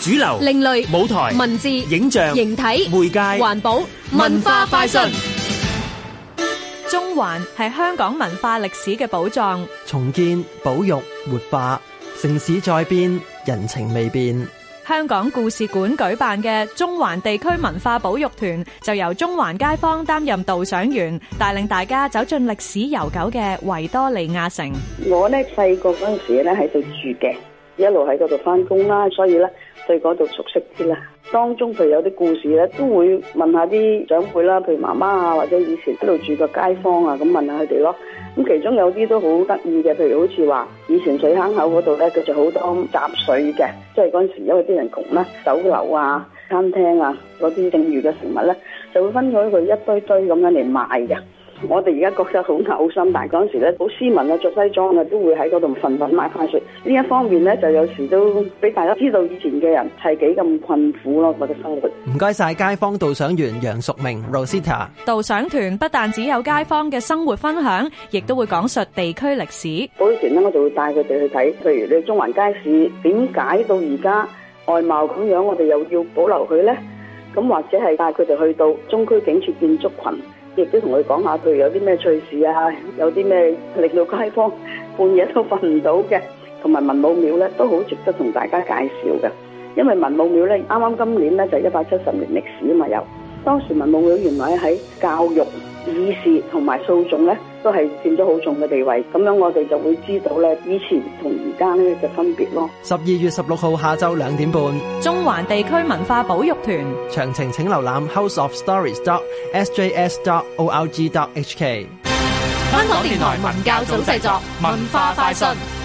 主流、另類舞台、文字、影像、形體、媒介、環保、文化快訊。中環係香港文化歷史嘅寶藏，重建、保育、活化，城市在變，人情未變。香港故事館舉辦嘅中環地區文化保育團就由中環街坊擔任導賞員，帶領大家走進歷史悠久嘅維多利亞城。我咧細個嗰陣時咧喺度住嘅，一路喺嗰度翻工啦，所以咧對嗰度熟悉啲啦。當中佢有啲故事咧，都會問下啲長輩啦，譬如媽媽啊，或者以前喺度住嘅街坊啊，咁問下佢哋咯。咁其中有啲都好得意嘅，譬如好似話以前水坑口嗰度咧，佢就好多雜碎嘅，即係嗰陣時因為啲人窮啦，酒樓啊、餐廳啊嗰啲剩餘嘅食物咧，就會分開佢一堆堆咁樣嚟賣嘅。我哋而家覺得好嘔心，但係嗰陣時咧好斯文啊，着西裝啊，都會喺嗰度份份買翻水。呢一方面咧，就有時都俾大家知道以前嘅人係幾咁困苦咯，我哋生活。唔該晒街坊導賞員楊淑明 Rosita。導賞團不但只有街坊嘅生活分享，亦都會講述地區歷史。保育團咧，我就會帶佢哋去睇，譬如你中環街市點解到而家外貌咁樣，我哋又要保留佢咧？咁或者係帶佢哋去到中區警署建築群。亦都同佢講下，譬如有啲咩趣事啊，有啲咩令到街坊半夜都瞓唔到嘅，同埋文武廟咧都好值得同大家介紹嘅。因為文武廟咧，啱啱今年咧就一百七十年歷史啊嘛，有當時文武廟原來喺教育、議事同埋訴訟咧都係佔咗好重嘅地位。咁樣我哋就會知道咧，以前同而家咧嘅分別咯。十二月十六號下晝兩點半，中環地區文化保育團。詳情請瀏覽 houseofstories.sjs.org.hk。香港電台文教組製作，文化快訊。